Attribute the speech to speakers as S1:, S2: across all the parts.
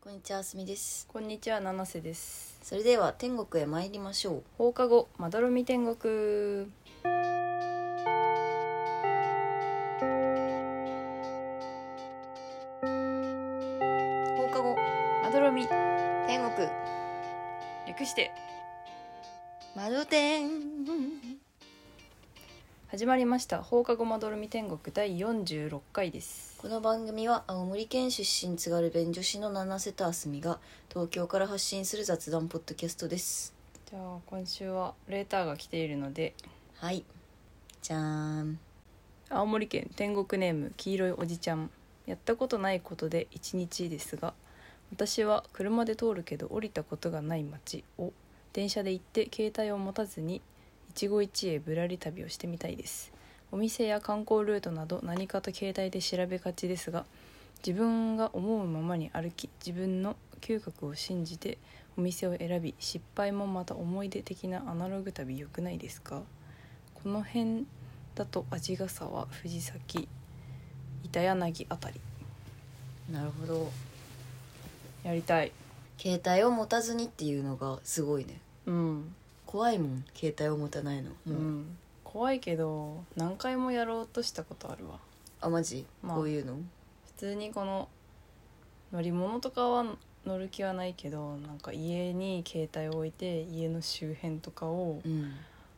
S1: こんにちは、あすみです。
S2: こんにちは七瀬です
S1: それでは天国へ参りましょう。
S2: 放課後まどろみ天国
S1: 放課後、
S2: まどろみ
S1: 天国、
S2: 略して
S1: 窓天。
S2: 始まりました放課後まどろみ天国第46回です
S1: この番組は青森県出身津軽弁女子の七瀬とあすみが東京から発信する雑談ポッドキャストです。
S2: じゃあ今週はレーターが来ているので
S1: はい。じゃーん。
S2: 青森県天国ネーム黄色いおじちゃんやったことないことで一日ですが私は車で通るけど降りたことがない街を電車で行って携帯を持たずに一期一会ぶらり旅をしてみたいですお店や観光ルートなど何かと携帯で調べがちですが自分が思うままに歩き自分の嗅覚を信じてお店を選び失敗もまた思い出的なアナログ旅良くないですかこの辺だと味ヶ沢藤崎板柳あたり
S1: なるほど。
S2: やりたい
S1: 携帯を持たずにっていうのがすごいね。
S2: うん、
S1: 怖いもん、携帯を持たないの。
S2: う
S1: もう、
S2: ん、怖いけど何回もやろうとしたことあるわ
S1: あ、マジ、
S2: まあ
S1: こういうの
S2: 普通にこの乗り物とかは乗る気はないけどなんか家に携帯を置いて家の周辺とかを
S1: うん。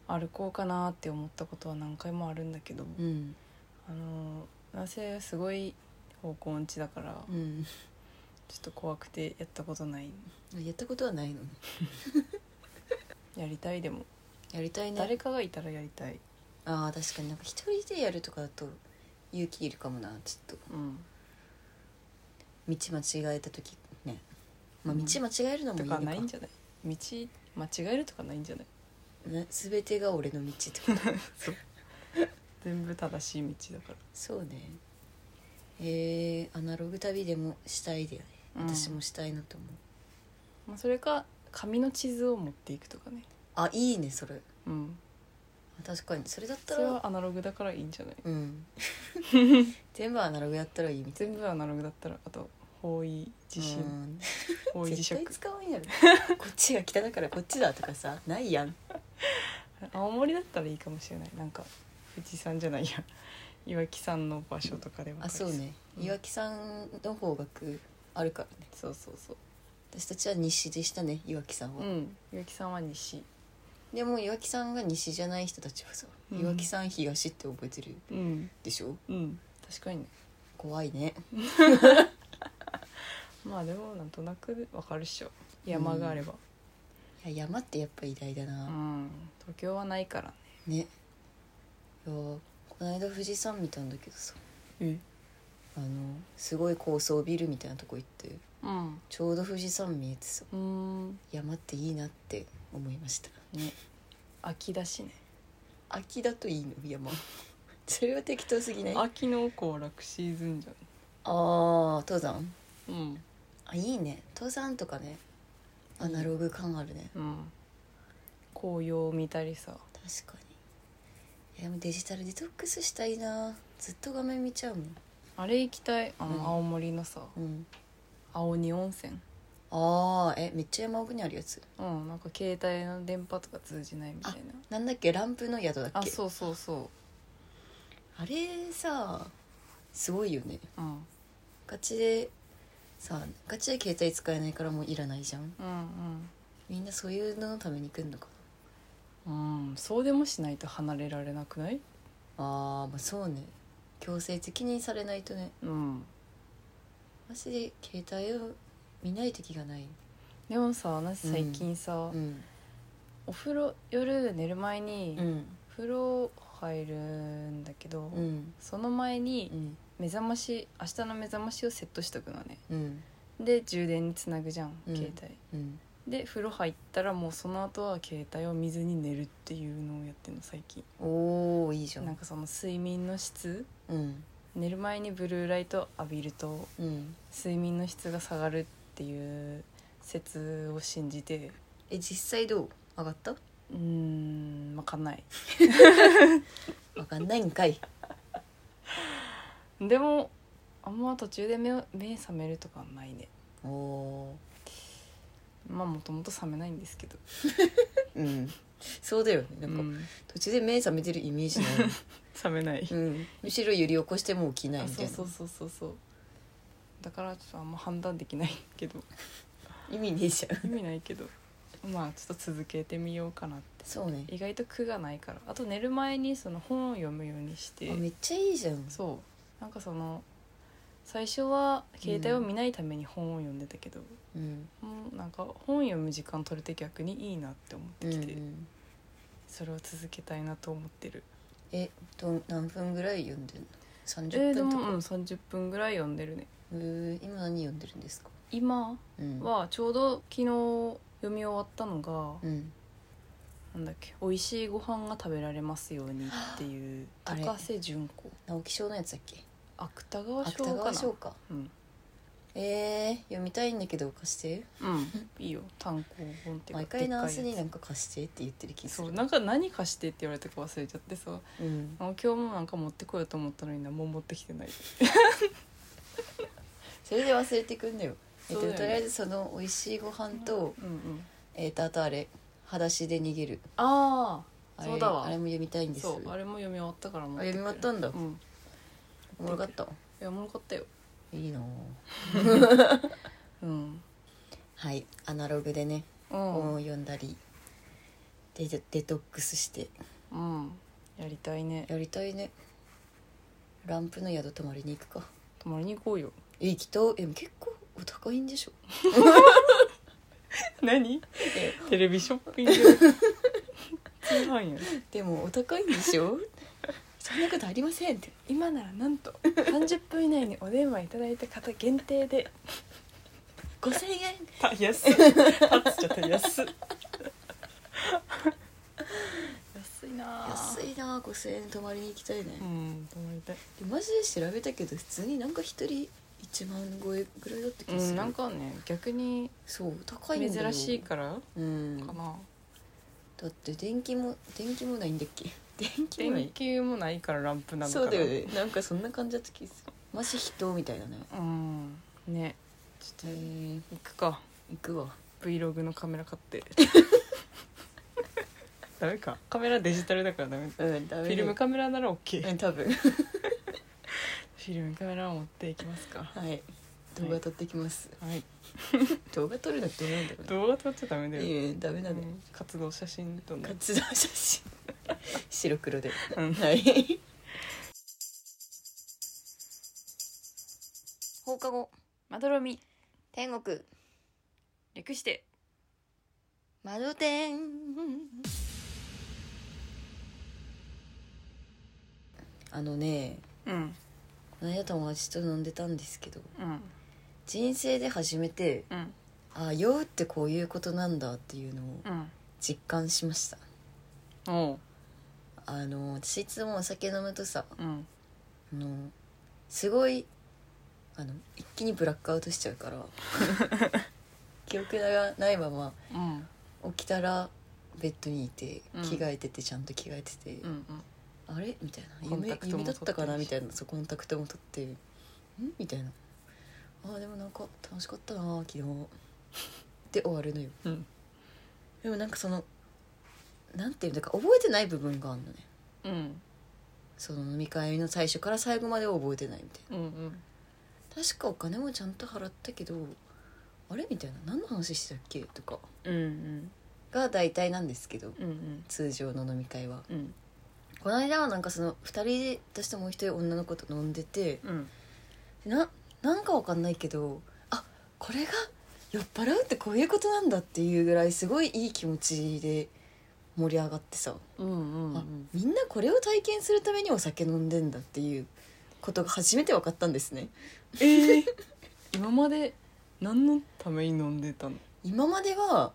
S2: 歩こうかなって思ったことは何回もあるんだけど、
S1: うん。
S2: あの男性すごい方向音痴だから
S1: うん。
S2: ちょっと怖くてやったことない
S1: やったことはないのね。
S2: やりたいでも
S1: やりたいね。
S2: 誰かがいたらやりたい
S1: あー確かになんか一人でやるとかだと勇気いるかもなちょっと
S2: うん
S1: 道間違えた時ねまあ
S2: う
S1: 道
S2: ん
S1: 間違えるのもい
S2: と
S1: いの
S2: か
S1: か,、
S2: ないんじゃない道間違えるとかないんじゃない
S1: ね、全てが俺の道ってこと
S2: 全部正しい道だか
S1: そうねえー、アナログ旅でもしたいで、ね
S2: ら、
S1: 私も、したいなと思う
S2: まあ、それか紙の地図を持っていくとかね
S1: あいいねそれ
S2: うん
S1: 確かにそれだった
S2: それ
S1: ら
S2: はアナログだからいいんじゃない
S1: うん 全部アナログやったらいいみたい
S2: 全部アナログだったらあと方位
S1: な
S2: 地震
S1: うん
S2: 方位磁
S1: 絶
S2: 石
S1: 対使わんやろこっちが北だからこっちだとかさないやん
S2: 青森だったらいいかもしれないなんか富士山じゃないや 岩木山の場所とかでも
S1: あそうね
S2: うん
S1: 岩木さんの方角あるからね
S2: そうそうそう
S1: 私たちは西でしたね岩木さんは、
S2: うん岩木山は西
S1: でも岩木さんが西じゃない人たちはさ、
S2: うん
S1: 岩木さん東って覚えてる
S2: うん
S1: でしょ
S2: うん確かにね
S1: 怖いね
S2: まあでもなんとなくわかるっしょ山があれば
S1: いや山ってやっぱ偉大だ
S2: うん、
S1: な、
S2: 東京はないからね
S1: ねいやーこの間富士山見たんだけどさ
S2: うん
S1: あのすごい高層ビルみたいなとこ行って
S2: うん
S1: ちょうど富士山見えてさ
S2: うん
S1: 山っていいなって思いました
S2: ね秋だしね
S1: 秋だといいの山 それは適当すぎないあ
S2: 秋の行楽シーズンじゃ
S1: あー登山
S2: んうん
S1: あいいね登山とかねアナログ感あるね
S2: うん紅葉を見たりさ
S1: 確かにいやでもデジタルデトックスしたいなずっと画面見ちゃうもん、
S2: あれ行きたいあ
S1: うん
S2: の青森のさ、
S1: うん、
S2: 青鬼温泉
S1: あーえめっちゃ山奥にあるやつ
S2: うんなんか携帯の電波とか通じないみたいな
S1: なんだっけランプの宿だっけ
S2: あそうそうそ
S1: あれさすごいよね
S2: ううん
S1: ガチでさガチで携帯使えないからもういらないじゃん
S2: うん
S1: みんなそういうののために来んのか
S2: うんうんそうでもしないと離れられなくない
S1: なあーまあそうね強制的にされないとね
S2: うん
S1: マジで携帯を見ない時がない
S2: でもさ私最近さ、
S1: うん
S2: お風呂夜寝る前に、
S1: うん
S2: 風呂入るんだけど、
S1: うん
S2: その前に
S1: うん
S2: 目覚まし明日の目覚ましをセットしとくのね
S1: うん
S2: で充電につなぐじゃん
S1: うん
S2: 携帯、
S1: うん
S2: で風呂入ったらもうその後は携帯を見ずに寝るっていうのをやってるの最近
S1: おーいいじゃ
S2: なん
S1: ん
S2: かその睡眠の質
S1: うん
S2: 寝る前にブルーライト浴びると
S1: うん
S2: 睡眠の質が下がるっていう説を信じて
S1: え実際どう上がった
S2: うーんわかんない
S1: わかんないんかい
S2: でもあんま途中で目を目覚めるとかはないね
S1: あおお
S2: まあもともと冷めないんですけど
S1: ーうんそうだよねなんか、
S2: うん
S1: 途中で目覚めてるイメージない、
S2: 冷めない、
S1: うん、むしろ揺り起こしても起きない
S2: あ
S1: みた
S2: そ
S1: いうな
S2: そうそうそうそうだからちょっとあんま判断できない けど
S1: 意味ねえじゃん
S2: 意味ないけどまあちょっと続けてみようかなって
S1: そうね
S2: 意外と苦がないからあと寝る前にその本を読むようにして
S1: あめっちゃいいじゃん
S2: そうなんかその最初は携帯を見ないために本を読んでたけど、
S1: うん
S2: もうなんか本読む時間取れて逆にいいなって思って
S1: うんう
S2: きて、
S1: ん
S2: それを続けたいなと思ってる
S1: えと何分ぐらい読んでんの
S2: えー
S1: 30
S2: で
S1: 分と
S2: も、
S1: か、
S2: うん、30分ぐらい読んでるね
S1: えー今何読んでるんですか、
S2: 今
S1: うん、
S2: はちょうど昨日読み終わったのが、
S1: うん
S2: なんだっけ「美味しいご飯が食べられますように」っていう
S1: あれ
S2: 高瀬純子
S1: 直木賞のやつだっけ
S2: 芥川賞
S1: 芥
S2: か
S1: 川
S2: な
S1: 賞か
S2: うん、
S1: えー、読みたいんだけど貸して
S2: うん、いいよ単行本っていうか
S1: 毎回ナース
S2: でっ
S1: に
S2: かいや
S1: なんか貸してって言ってる気
S2: つ
S1: す
S2: そう
S1: る
S2: なんか何貸してって言われたか忘れちゃってさもう
S1: うん
S2: 今日もなんか持ってこようと思ったのに何も持ってきてない
S1: それで忘れてくんだよえっ
S2: そう
S1: と
S2: だよね
S1: とりあえずその美味しいご飯と、
S2: うんうん、
S1: えっとあとあれ裸足で逃げる
S2: あ
S1: あれ
S2: そうだわ
S1: あれも読みたいん
S2: あ
S1: です
S2: そうあ
S1: あ
S2: れも読み終わったからも
S1: 読み終わったんだ、
S2: う
S1: お
S2: ん
S1: もろかった
S2: いやおもろかったよ
S1: いいなぁ
S2: うん
S1: はいアナログでね
S2: うん
S1: 本を読んだりデトデトックスして
S2: うんやりたいね
S1: やりたいねランプの宿泊まりに行くか
S2: 泊まりに行 こうよ
S1: え行きたいえでも結構お高いんでしょ
S2: 何
S1: え
S2: テレビショッピ ング通販や
S1: でもお高いんでし ょそんなことありませんって
S2: 今ならなんと30分以内にお電話いただいた方限定で
S1: 5000円
S2: た安っパッつっちゃった安っ安いな
S1: 安いなぁ5000円泊まりに行きたいね、
S2: うん泊まりたい
S1: でマジで調べたけど普通になんか一人1万超えぐらいだった気
S2: う
S1: がする、
S2: んなんかね逆に
S1: そう高いんだよ
S2: 珍しいからか
S1: うん
S2: な、
S1: だって電気も電気もないんだっ け電気もな
S2: 電
S1: い
S2: 球もないからランプなのかな
S1: そうだよねなんかそんな感じだった気がするマジ人みたいだね
S2: うんねち
S1: へ
S2: ょっと
S1: ー
S2: 行くか
S1: 行くわ
S2: Vlog のカメラ買って ダメかカメラデジタルだからダメだ
S1: うんダ
S2: フ
S1: メだよ
S2: ィルムカメラなら OK
S1: う
S2: フ
S1: ん多分
S2: ィルムカメラを持っていきますか
S1: はい動画撮ってきます、
S2: はい
S1: 動画撮るのってどうなんだろうね
S2: 動画撮っちゃダメだよ、
S1: いいねダメだね、
S2: うん活動写真とね
S1: 活動写真白黒で、
S2: うん
S1: はい放課後
S2: まどろみ
S1: 天国
S2: 略して
S1: 窓天あのね
S2: うん
S1: この間友達と飲んでたんですけど
S2: うん
S1: 人生で初めて
S2: うん
S1: あ酔うってこういうことなんだっていうのを
S2: うん
S1: 実感しました
S2: おう
S1: あの私いつもお酒飲むとさ
S2: うん
S1: あのすごいあの一気にブラックアウトしちゃうから 記憶がないまま
S2: うん
S1: 起きたらベッドにいて
S2: うん
S1: 着替えててちゃんと着替えてて、
S2: うん
S1: あれみたいな
S2: コンタ
S1: 夢
S2: クトも
S1: 夢だったかな
S2: 取
S1: み
S2: って
S1: た
S2: る
S1: いなそうコンタクトも取ってんみたいなあーでもなんか楽しかったなー昨日で終わるのよ
S2: うん
S1: でもなんかそのなんていうんだか覚えてない部分があるのね
S2: うん
S1: その飲み会の最初から最後までは覚えてないみたい
S2: うんうん
S1: な確かお金もちゃんと払ったけどあれみたいな何の話してたっけとか
S2: うんうん
S1: が大体なんですけど
S2: うんうん
S1: 通常の飲み会は
S2: うん
S1: この間はなんかその2人で私ともう一人女の子と飲んでて、
S2: うん
S1: ななんかわかんないけどあこれが酔っ払うってこういうことなんだっていうぐらいすごいいい気持ちで盛り上がってさ、
S2: うんう
S1: あ
S2: ん
S1: みんなこれを体験するためにお酒飲んでんだっていうことが初めて分かったんですね
S2: ええ今まで何のために飲んでたの
S1: 今までは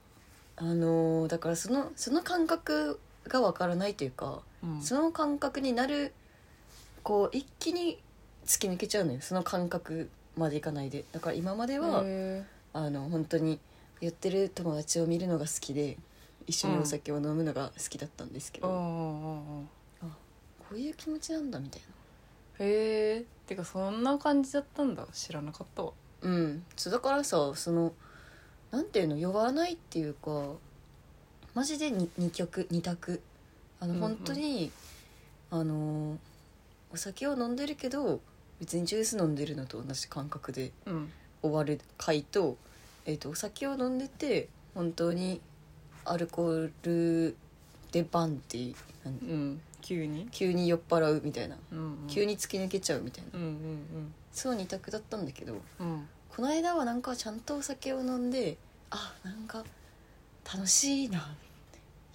S1: あのーだからそのその感覚がわからないというか、
S2: うん
S1: その感覚になるこう一気に突き抜けちゃうのよその感覚までいかないでだから今までは、
S2: へ
S1: あの本当に寄ってる友達を見るのが好きで一緒にお酒を飲むのが好きだったんですけ
S2: ーあ
S1: ど、
S2: あ
S1: こ
S2: ああ
S1: ういう気持ちなんだみたい
S2: へえてかそんな感じだったんだ知らなかったわ
S1: なうんそうだからさそのなんていうの呼ばないっていうかマジでに二曲二択あの、
S2: うんうん
S1: 本当にあのお酒を飲んでるけど別にジュース飲んでるのと同じ感覚で
S2: うん
S1: 終わる回と,、えー、とお酒を飲んでて本当にアルコールでバンってなん
S2: うん急に、
S1: 急に酔っ払うみたいな、
S2: うんうん、
S1: 急に突き抜けちゃうみたいな
S2: うん
S1: そう二択だったんだけど
S2: うんうん
S1: この間はなんかちゃんとお酒を飲んであなんか楽しいな
S2: え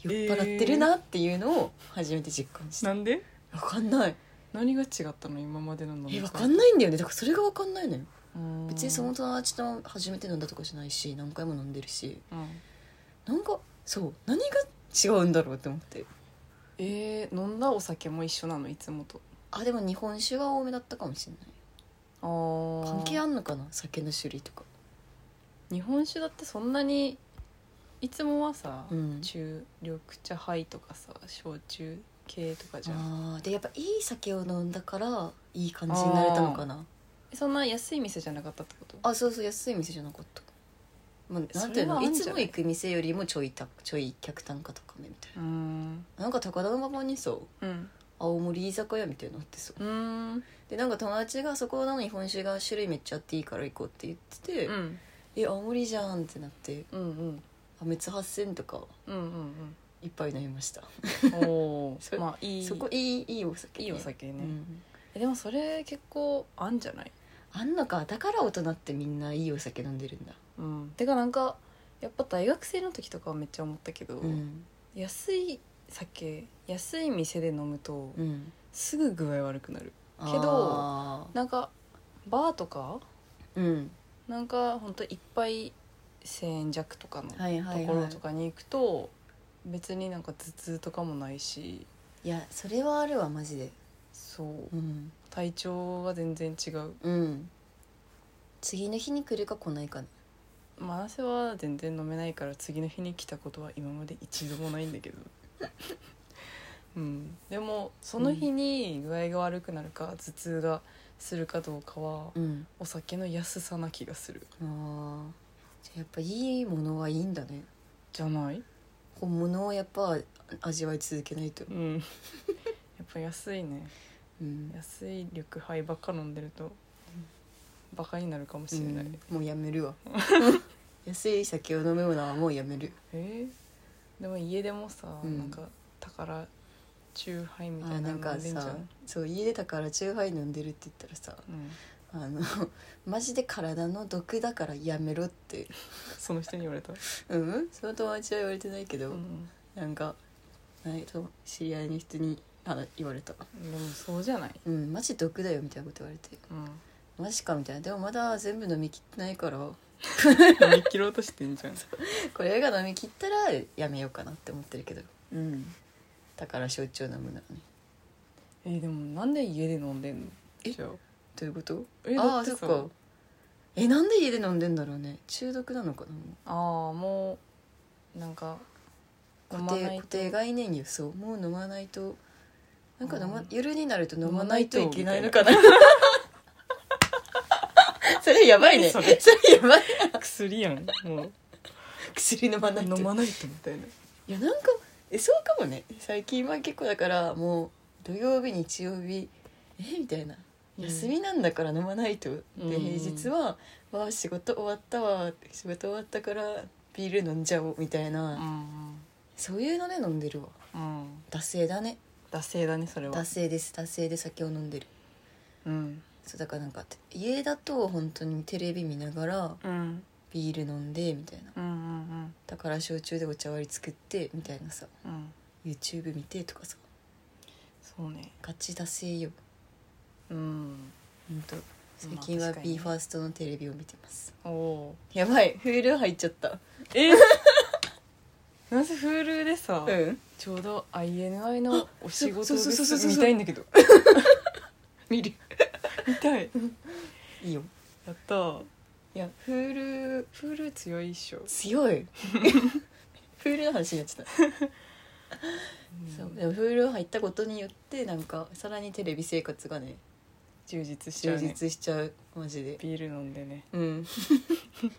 S1: 酔っ
S2: ー
S1: 払ってるなっていうのを初めて実感した、
S2: なんで
S1: わかんない
S2: 何が違ったの今までの
S1: え
S2: 飲み
S1: わ
S2: 会
S1: かんないんだよねだからそれがわかんないのよ
S2: うん
S1: 別にその友達と初めて飲んだとかじゃないし何回も飲んでるし
S2: うん
S1: なんかそう何が違うんだろうって思って
S2: えー、飲んだお酒も一緒なのいつもと
S1: あでも日本酒は多めだったかもしれない
S2: あ
S1: 関係あんのかな酒の種類とか
S2: 日本酒だってそんなにいつもはさ、
S1: うん
S2: 中緑茶ハイとかさ焼酎系とかじゃん
S1: あーでやっぱいい酒を飲んだからいい感じになれたのかな
S2: そんな安い店じゃなかったってこと
S1: あそうそう安い店じゃなかった、まあ、なんていう
S2: それはあ
S1: のい
S2: んじゃ
S1: つも
S2: ない
S1: 行く店よりもちょいたちょい客単価高めみたいうな
S2: ーん
S1: なんか高田馬場にさ
S2: うん
S1: 青森居酒屋みたいなのあってさ
S2: うーん
S1: でなんか友達がそこなの日本酒が種類めっちゃあっていいから行こうって言ってて「
S2: うん
S1: え青森じゃん」ってなって
S2: うんうん
S1: 破滅8000とか
S2: うんうん
S1: いっぱい飲みました
S2: うん お
S1: そ
S2: おまあいい
S1: そこいいいいお酒、
S2: いいお酒
S1: う
S2: ね、
S1: ん
S2: えでもそれ結構あんじゃない
S1: あんのかだから大人ってみんないいお酒飲んでるんだ
S2: うんてかなんかやっぱ大学生の時とかはめっちゃ思ったけど、
S1: うん
S2: 安い酒安い店で飲むと
S1: うん
S2: すぐ具合悪くなる
S1: け
S2: どなんかバーとか
S1: うん
S2: なんかほんといっぱい1,000円弱とかの
S1: はいはい
S2: とこ
S1: は
S2: ろ
S1: い
S2: とかに行くと、別になんか頭痛とかもないし
S1: いやそれはあるわマジで
S2: そう
S1: うん、
S2: 体調は全然違う
S1: うん、次の日に来るか来ないかね
S2: マナセは全然飲めないから次の日に来たことは今まで一度もないんだけど うんでもその日に具合が悪くなるか頭痛がするかどうかは
S1: うん
S2: お酒の安さな気がする
S1: あーじゃあやっぱいいものはいいんだね
S2: じゃない
S1: 本物をやっぱ味わい続けないと
S2: う、ん やっぱ安いね
S1: うん
S2: 安い緑杯ばっか飲んでるとバカになるかもし
S1: う
S2: れない、
S1: ん、もうやめる わ安い酒を飲むのはもうやめる
S2: えーでも家でもさ、
S1: うん
S2: なんか宝酎ハイみ
S1: あ
S2: た
S1: ー
S2: いな
S1: な
S2: の
S1: ん
S2: 飲
S1: か
S2: んでんじゃん
S1: さそう家出たからチューハイ飲んでるって言ったらさ
S2: うん、
S1: あの マジで体の毒だからやめろって
S2: その人に言われた、
S1: うんその友達は言われてないけど、
S2: うん
S1: なんかないと知り合いの人にあ言われた
S2: でもそうじゃない、
S1: うんマジ毒だよみたいなこと言われて
S2: うん、
S1: マジかみたいなでもまだ全部飲みきってないから
S2: 飲み切ろうとしてんじゃん、
S1: これが飲みきったらやめようかなって思ってるけど
S2: うん、
S1: だから焼酎を飲むならね
S2: えーでもなんで家で飲んでんの
S1: え
S2: じゃあ
S1: どういうこと
S2: え
S1: あ
S2: だ
S1: あ
S2: って
S1: そっ
S2: さ
S1: かえなんで家で飲んでんだろうね中毒なのかなも
S2: ああもうなんか
S1: う
S2: 飲
S1: 固
S2: ま
S1: 定
S2: ない
S1: 固
S2: と
S1: 定概念よそうもう飲まないとなんか飲ま、
S2: うん
S1: 夜になると飲ま
S2: ま
S1: な
S2: ないい
S1: と
S2: と
S1: いけないのかな それやばいねそ
S2: そ
S1: れ
S2: れ
S1: やばい
S2: 薬やんもう
S1: 薬飲まないと
S2: 飲まないとみたいない
S1: やなんかえそうかもね最近は結構だからもう土曜日日曜日えみたいな
S2: うん
S1: 休みなんだから飲まないと、
S2: うん
S1: で平日は「わあ仕事終わったわ仕事終わったからビール飲んじゃおう」みたいな、
S2: うん
S1: そういうので飲んでるわ
S2: うんうん
S1: 惰性だね
S2: 惰性だねそれは
S1: 惰性です惰性で酒を飲んでる
S2: うん
S1: そうだからなんか家だと本当にテレビ見ながら
S2: うん
S1: ビール飲んでみたいな
S2: うんうん
S1: だから焼酎でお茶割り作ってみたいなさ
S2: うんうん
S1: YouTube 見てとかさ
S2: そうね
S1: ガチ惰性よ
S2: うん
S1: 本当最近は
S2: 確かに
S1: b ファーストのテレビを見てます
S2: おお
S1: やばいフール入っちゃった
S2: えなぜ Hulu でさ、
S1: ん
S2: ちょうど INI のお仕事
S1: そうそうそうそうそう
S2: です見たいんだけど
S1: 見 る
S2: 見たい
S1: いいよ
S2: やったーいや Hulu Hulu 強いっしょ、
S1: 強 いフールの話になっちゃった、
S2: うん
S1: そうでもフール入ったことによってなんかさらにテレビ生活がね
S2: 充実しちゃ
S1: 充
S2: うね
S1: 実しちゃうマジで
S2: ビール飲んでね
S1: うん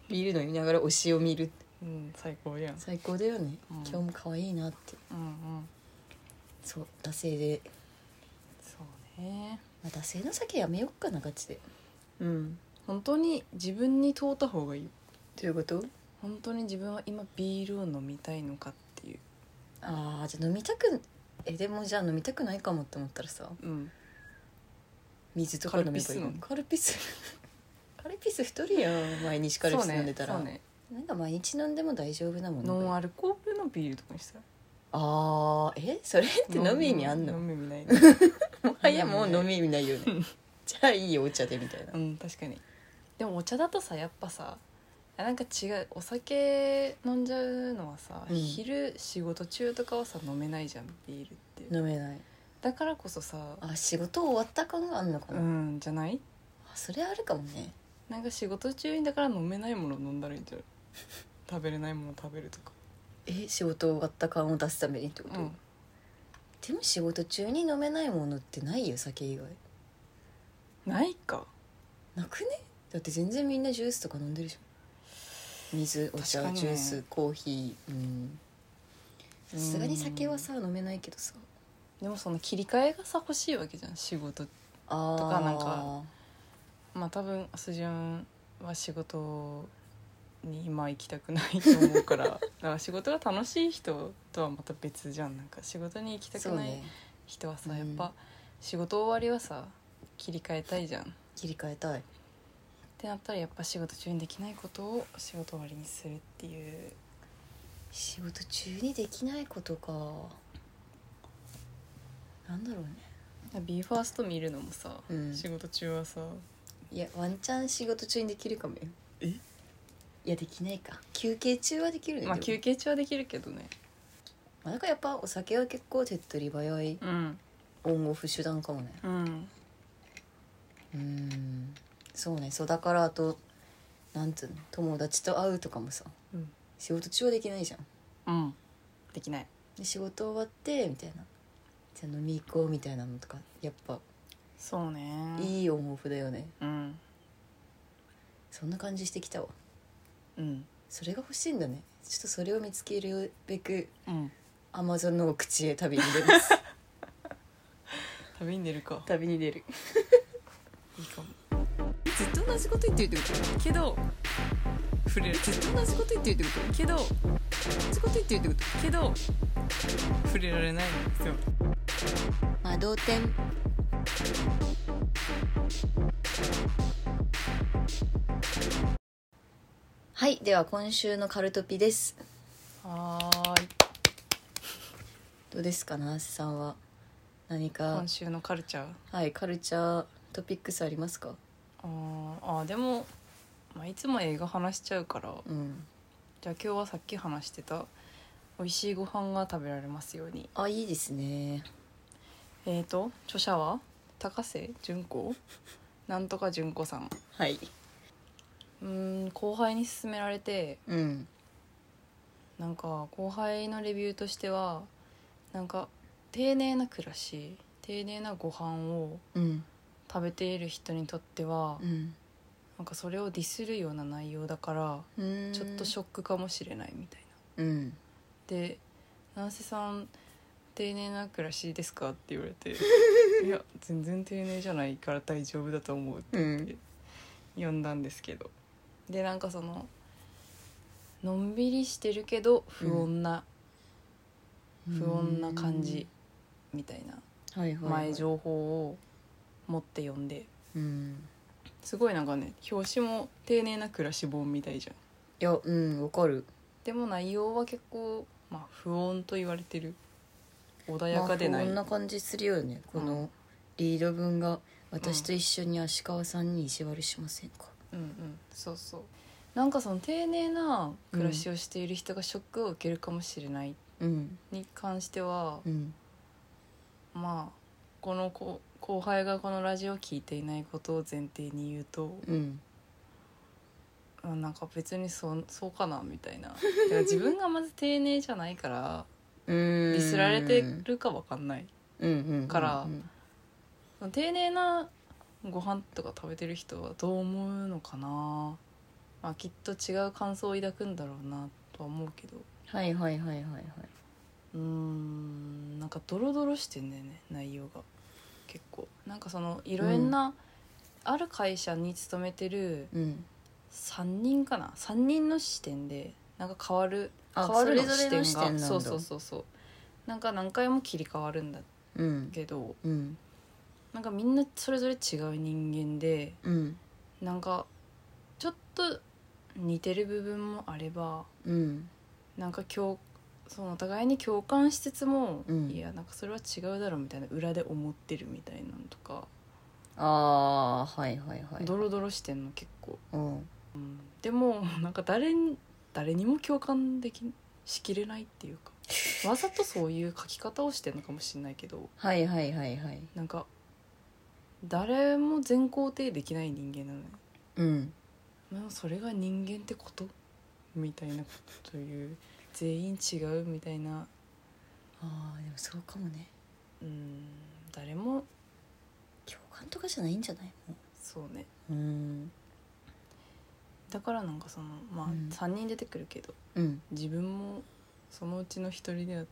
S1: ビール飲みながら推しを見る
S2: うん最高やん
S1: 最高だよね、
S2: うん
S1: 今日も可愛いなって
S2: うんうん
S1: そう惰性で、
S2: そうね
S1: まあ、惰性の酒やめよっかなガチで
S2: うん本当に自分に問うた方がいい
S1: どういうこと
S2: 本当に自分は今ビールを飲みたいのかっていう
S1: あーじゃあ飲みたくえでもじゃあ飲みたくないかもって思ったらさ
S2: うん
S1: 水とか飲めばいい
S2: カルピス飲む
S1: カルピスカルピス太るやん毎日カルピス飲んでたら、
S2: そうね
S1: なんか毎日飲んでも大丈夫なも
S2: そ
S1: ん
S2: うねノンアルコールのビールとかにしたら
S1: あーえそれって飲みにあんの
S2: 飲
S1: も
S2: む意味ないね
S1: はやもう飲み意味ないよね
S2: うん
S1: じゃあいいよお茶でみたいな
S2: うん確かにでもお茶だとさやっぱさあなんか違うお酒飲んじゃうのはさ、
S1: うん
S2: 昼仕事中とかはさ飲めないじゃんビールって
S1: 飲めない
S2: だからこそさ
S1: あ仕事終わった感があんのか
S2: う
S1: な、
S2: んじゃない
S1: あそれあるかもね
S2: なんか仕事中にだから飲めないもの飲んだらいい んじゃない食べれないもの食べるとか
S1: え仕事終わった感を出すためにってこと、
S2: うん
S1: でも仕事中に飲めないものってないよ酒以外
S2: ないか
S1: なくねだって全然みんなジュースとか飲んでるじゃん水お
S2: 確か
S1: 茶、
S2: にね
S1: ジュースコーヒーうんさすがに酒はさ飲めないけどさ
S2: でもその切り替えがさ欲しいわけじゃん仕事
S1: あー
S2: とかなんかまあ多分アスジュンは仕事に今行きたくないと思う からだから仕事が楽しい人とはまた別じゃんなんか仕事に行きた
S1: そ
S2: く
S1: う
S2: ない
S1: ね
S2: 人はさ、
S1: うん
S2: やっぱ仕事終わりはさ切り替えたいじゃんっ
S1: 切り替えたい
S2: てなったらやっぱ仕事中にできないことを仕事終わりにするっていう
S1: 仕事中にできないことかなんだろうね
S2: ビーファースト見るのもさ、
S1: うん
S2: 仕事中はさ
S1: いやワンチャン仕事中にできるかもよ
S2: え
S1: いやできないか休憩中はできるね
S2: まあ
S1: でも
S2: 休憩中はできるけどね
S1: まあだからやっぱお酒は結構手っ取り早い
S2: うん
S1: オンオフ手段かもね
S2: うん
S1: うんそうねそうだからあとなんつうの友達と会うとかもさ
S2: うん、
S1: 仕事中はできないじゃん
S2: うん、できない
S1: で仕事終わってみたいなじゃあ飲み行こうみたいなのとかやっぱ
S2: そうね
S1: いいオンオフだよね
S2: うん
S1: そんな感じしてきたわ
S2: うん
S1: それが欲しいんだねちょっとそれを見つけるべく
S2: うん
S1: アマゾンの口へ旅に出ます
S2: 旅に出るか
S1: 旅に出る
S2: いいかも
S1: ずっと同じこと言ってるってこと
S2: けど触れる
S1: ずっと同じこと言ってるってこ
S2: けど
S1: と同じこと言ってるってこと
S2: けど触れられないんですよ
S1: 魔導天はいでは今週のカルトピです
S2: はーい
S1: どうですかなすさんは何か
S2: 今週のカルチャー
S1: はいカルチャートピックスありますか
S2: あーあーでも、まあ、いつも映画話しちゃうから
S1: うん
S2: じゃあ今日はさっき話してた美味しいご飯が食べられますように
S1: あいいですね
S2: えーと著者は高瀬純子なんとか純子さん
S1: はいう
S2: ーん後輩に勧められて
S1: うん
S2: なんか後輩のレビューとしてはなんか丁寧な暮らし丁寧なご飯を
S1: うん
S2: 食べている人にとっては
S1: うん
S2: なんかそれをディスるような内容だから
S1: うーん
S2: ちょっとショックかもしれないみたいな。
S1: うん
S2: で「七瀬さん丁寧な暮らしですか?」って言わ れて「いや全然丁寧じゃないから大丈夫だと思う」って言って呼んだんですけどでなんかそののんびりしてるけど不穏な、不穏な感じみたいな
S1: はいはい、はい、
S2: 前情報を持って読んで
S1: うん
S2: すごいなんかね表紙も丁寧な暮らし本みたいじゃ
S1: い
S2: ん
S1: やうんわかる
S2: でも内容は結構、まあ、不穏と言われてる穏やかでない、
S1: まあ、こんな感じするよねこ
S2: う
S1: のリード文が「私と一緒に足利さんに意地悪しませんか
S2: うんうんそうそうなんかその丁寧な暮らしをしている人がショックを受けるかもしれない」
S1: うん
S2: に関しては
S1: う、ん
S2: まあこの後後輩がこのラジオを聞いていないことを前提に言うと、
S1: うん
S2: あなんか別にそうそうかなみたいなだから自分がまず丁寧じゃないから
S1: デ
S2: デ
S1: ィ
S2: ィスられてるかわかんない
S1: うんうん
S2: から
S1: うん
S2: 丁寧なご飯とか食べてる人はどう思うのかな、まあ、きっと違う感想を抱くんだろうなとは思うけど
S1: はいはいはいはいはいう
S2: ーんなんかドロドロしてんだよね内容が結構なんかそのいろいろな、ある会社に勤めてる
S1: うん
S2: 3人かな3人の視点でなんか変わる
S1: あ
S2: 変わるの
S1: それぞれの視点なんだ
S2: そうそうそうそうなんか何回も切り替わるんだ
S1: うん
S2: けど
S1: うん
S2: なんかみんなそれぞれ違う人間で
S1: うん
S2: なんかちょっと似てる部分もあれば
S1: うん
S2: なんか共そのお互いに共感しつつも、
S1: うん
S2: いやなんかそれは違うだろうみたいな裏で思ってるみたいなのとか、
S1: ああはいはいはい
S2: ドロドロしてんの結構
S1: うん
S2: でもなんか誰に誰にも共感できしきれないっていうかわざとそういう書き方をしてんのかもしれないけど
S1: はいはいはいはい
S2: なんか誰も全肯定できない人間なのね
S1: うん
S2: まあそれが人間ってことみたいなことという全員違うみたいな
S1: ああでもそうかもね
S2: うん誰も
S1: 共感とかじゃないんじゃないも
S2: そうね
S1: ううん
S2: だからなんかそのまあ
S1: うん
S2: 3人出てくるけど、
S1: うん
S2: 自分もそのうちの一人では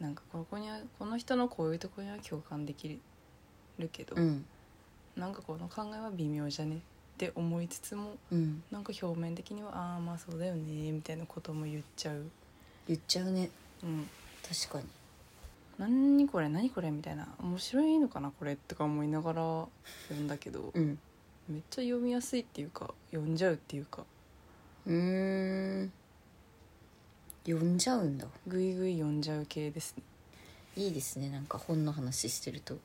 S2: なんかここにはこの人のこういうところには共感できるけど、
S1: うん
S2: なんかこの考えは微妙じゃねって思いつつも
S1: うん
S2: なんか表面的にはああまあそうだよねみたいなことも言っちゃう、
S1: 言っちゃうね
S2: うん、
S1: 確かに
S2: 何これ何これみたいな面白いのかなこれとか思いながら読んだけど
S1: うん
S2: めっちゃ読みやすいっていうか読んじゃうっていうか
S1: うーん呼んじゃうんだ
S2: ぐいぐい読んじゃう系ですね
S1: いいですねなんか本の話してると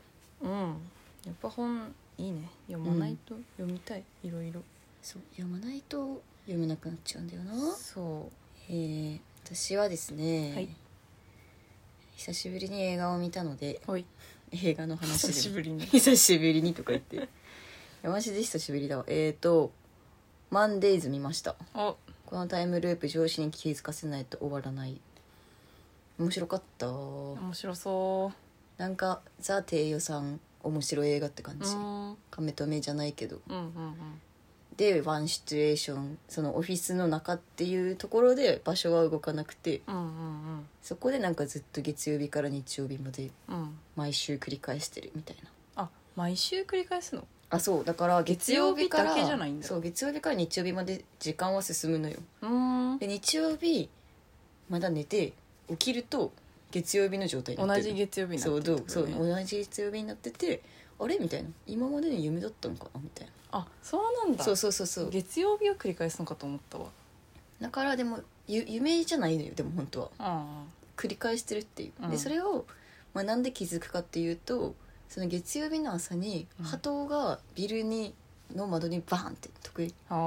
S2: うんやっぱ本いいね読まないと読みたい、いろいろ
S1: そう読まないと読めなくなっちゃうんだよな
S2: そ
S1: えー、私はですね、
S2: はい
S1: 久しぶりに映画を見たので
S2: うはい
S1: 映画の話
S2: 久
S1: で
S2: しぶりに
S1: 久しぶりにとか言っていやマジで久しぶりだわえーと「マンデイズ」見ました
S2: あ
S1: このタイムループ上司に気づかせないと終わらない面白かった
S2: 面白そ
S1: なんかザ・テイヨさん面白い映画って感
S2: うう
S1: じ
S2: んうん
S1: カメ止めじゃないけど
S2: うん
S1: でワンシチュエーションそのオフィスの中っていうところで場所は動かなくて
S2: うんうんうん
S1: そこでなんかずっと月曜日から日曜日まで
S2: うんうん
S1: 毎週繰り返してるみたいな
S2: あ毎週繰り返すの
S1: あそうだから月曜日から
S2: 月曜日だけじゃないんだ
S1: そう月曜日から日曜日まで時間は進むのよ
S2: うーん
S1: で日曜日まだ寝て起きると月曜日の状態になっ
S2: 同
S1: てる
S2: じ月曜日にな
S1: そう
S2: って
S1: どう
S2: るってこ
S1: そう
S2: とね
S1: 同じ月曜日になっててあれみたいな今までの夢だったのかなみたい
S2: あそうなん
S1: な
S2: だ
S1: そうそうそうそう
S2: 月曜日を繰り返すのかと思ったわ
S1: だからでもゆ夢じゃないのよでも本当は
S2: あ
S1: 繰り返してるっていう、
S2: う
S1: で
S2: ん
S1: それを、まあ、なんで気づくかっていうとその月曜日の朝に
S2: うん
S1: 波頭がビルにの窓にバーンって直撃
S2: あー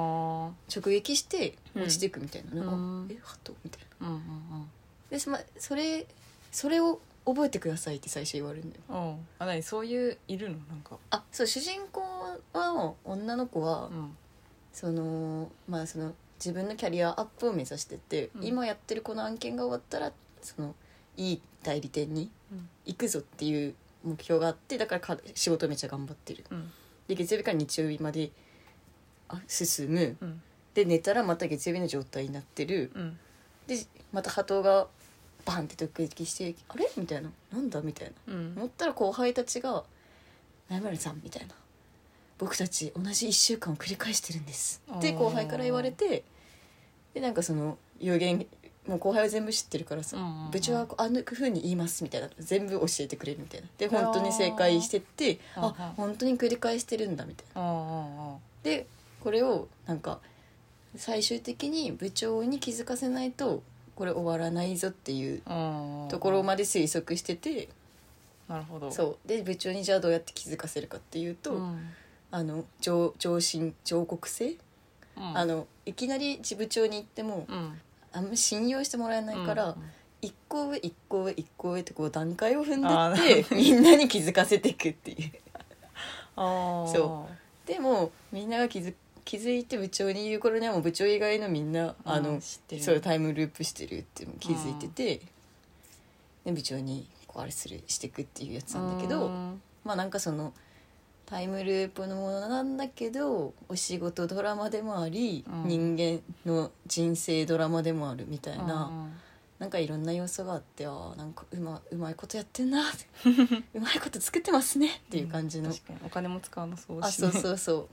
S1: 直撃して
S2: うん
S1: 落ちていくみたいな、なんか
S2: うん
S1: え波頭みたいな
S2: うんうん
S1: でそ,、まあ、それそれを覚えてくださいって最初言われるんだよ
S2: うんうんあ何そういういるのなんか
S1: あそう主人公は女の子は、
S2: うん
S1: そのまあその自分のキャリアアップを目指してて、
S2: うん
S1: 今やってるこの案件が終わったらそのいい代理店に
S2: うん
S1: 行くぞっていう目標があってだからか仕事めっちゃ頑張ってる
S2: うん
S1: で月曜日から日曜日まであ進む
S2: うん
S1: で寝たらまた月曜日の状態になってる
S2: うん
S1: でまた波頭がバンって突撃して「あれ?」みたいな「なんだ?」みたいな
S2: うん
S1: 思ったら後輩たちが「何々さん」みたいな「僕たち同じ1週間を繰り返してるんです」って
S2: あー
S1: 後輩から言われてでなんかその予言もう後輩は全部知ってるからさ、
S2: うんうんうん
S1: 部長はこうあの風に言いますみたいな全部教えてくれるみたいなで本当に正解してって
S2: あー
S1: あ本当に繰り返してるんだみたいな
S2: ああ
S1: でこれをなんか最終的に部長に気づかせないとこれ終わらないぞっていう
S2: あああ
S1: ところまで推測してて、
S2: なるほどう
S1: そうで部長にじゃあどうやって気づかせるかっていうと、
S2: ん
S1: あの上上心上告性、
S2: うん
S1: あのいきなり部長に行っても、
S2: うん
S1: あんまり信用してもらえないから、
S2: うん
S1: 一個上一個上一個上ってこう段階を踏
S2: あ
S1: ん
S2: ーな
S1: で
S2: る
S1: ってみんなに気づかせていくっていう
S2: ああ
S1: そでもみんなが気づ気づいて部長に言う頃にはもう部長以外のみんなあの、
S2: うん知ってる
S1: そうタイムループしてるって気づいてて、で部長にこうあれするしていくっていうやつなんだけど。
S2: うん
S1: まあなんかそのタイムループのものなんだけどお仕事ドラマでもあり、
S2: うん
S1: 人間の人生ドラマでもあるみたいな、
S2: うん
S1: なんかいろんな要素があってあーなんかうまうまいことやってんなって うまいこと作ってますねっていう感じの、
S2: 確かにお金も使わなそう
S1: あそう
S2: う
S1: そうそう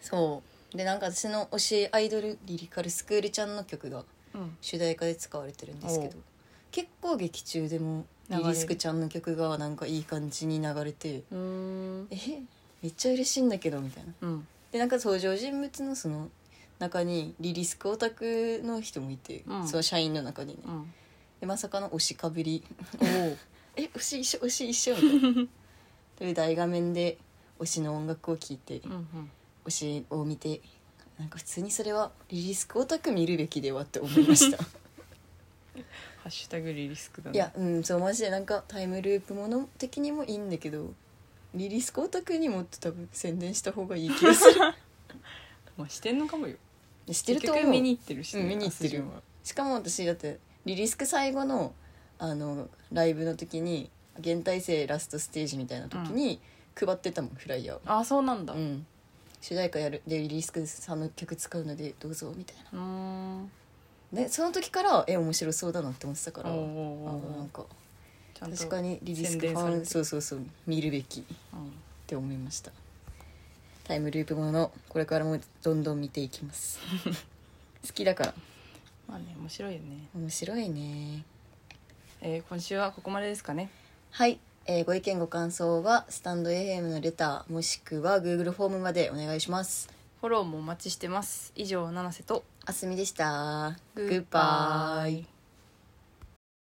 S1: そうでなんか私の推しアイドルリリカルスクールちゃんの曲が
S2: うん
S1: 主題歌で使われてるんですけど
S2: お
S1: 結構劇中でも
S2: 流れ
S1: リ
S2: る
S1: リスクちゃんの曲がなんかいい感じに流れて
S2: うーん
S1: えめっちゃ嬉しいんだけどみたいな
S2: うん
S1: でなんか登場人物のその中にリリスクオタクの人もいて、
S2: うん
S1: その社員の中にね
S2: うん
S1: でまさかの推しかぶり
S2: お
S1: え推し一緒推し一緒みたいな という大画面で推しの音楽を聴いて
S2: うんうん
S1: 推しを見てなんか普通にそれはリリスクオタク見るべきではって思いま した
S2: ハッシュタグリリスクだね
S1: いやうんそうマジでなんかタイムループもの的にもいいんだけどリリスコオタクにもっと多分宣伝した方がいい気がす る
S2: まあしてんのかもよ
S1: してると思
S2: 結局見
S1: う
S2: に行ってるしね、
S1: うん見に行ってるよしかも私だってリリスク最後のあのライブの時に現代生ラストステージみたいな時に配ってたもん、フライヤーを
S2: あそうなんだ
S1: う
S2: うん
S1: 主題歌やるでリリスクさんの曲使うのでどうぞみたい
S2: ーん
S1: なねその時からえ面白そうだなって思ってたから
S2: おうおうおう
S1: あなんか
S2: ちゃんと
S1: 確かにリリスク
S2: 宣伝
S1: フ
S2: され
S1: ァ
S2: てる
S1: ンそうそうそう見るべき
S2: うん
S1: って思いましたタイムループものこれからもどんどん見ていきます 好きだから
S2: まあね面白いよね、
S1: 面白いね
S2: えー今週はここまでですかね
S1: はい、えーご意見ご感想はスタンド FM のレターもしくは Google フォームまでお願いします
S2: フォローもお待ちしてます以上七瀬と
S1: あすみでしたグ
S2: グ
S1: ッ
S2: ッ
S1: バ
S2: バ
S1: イ
S2: イ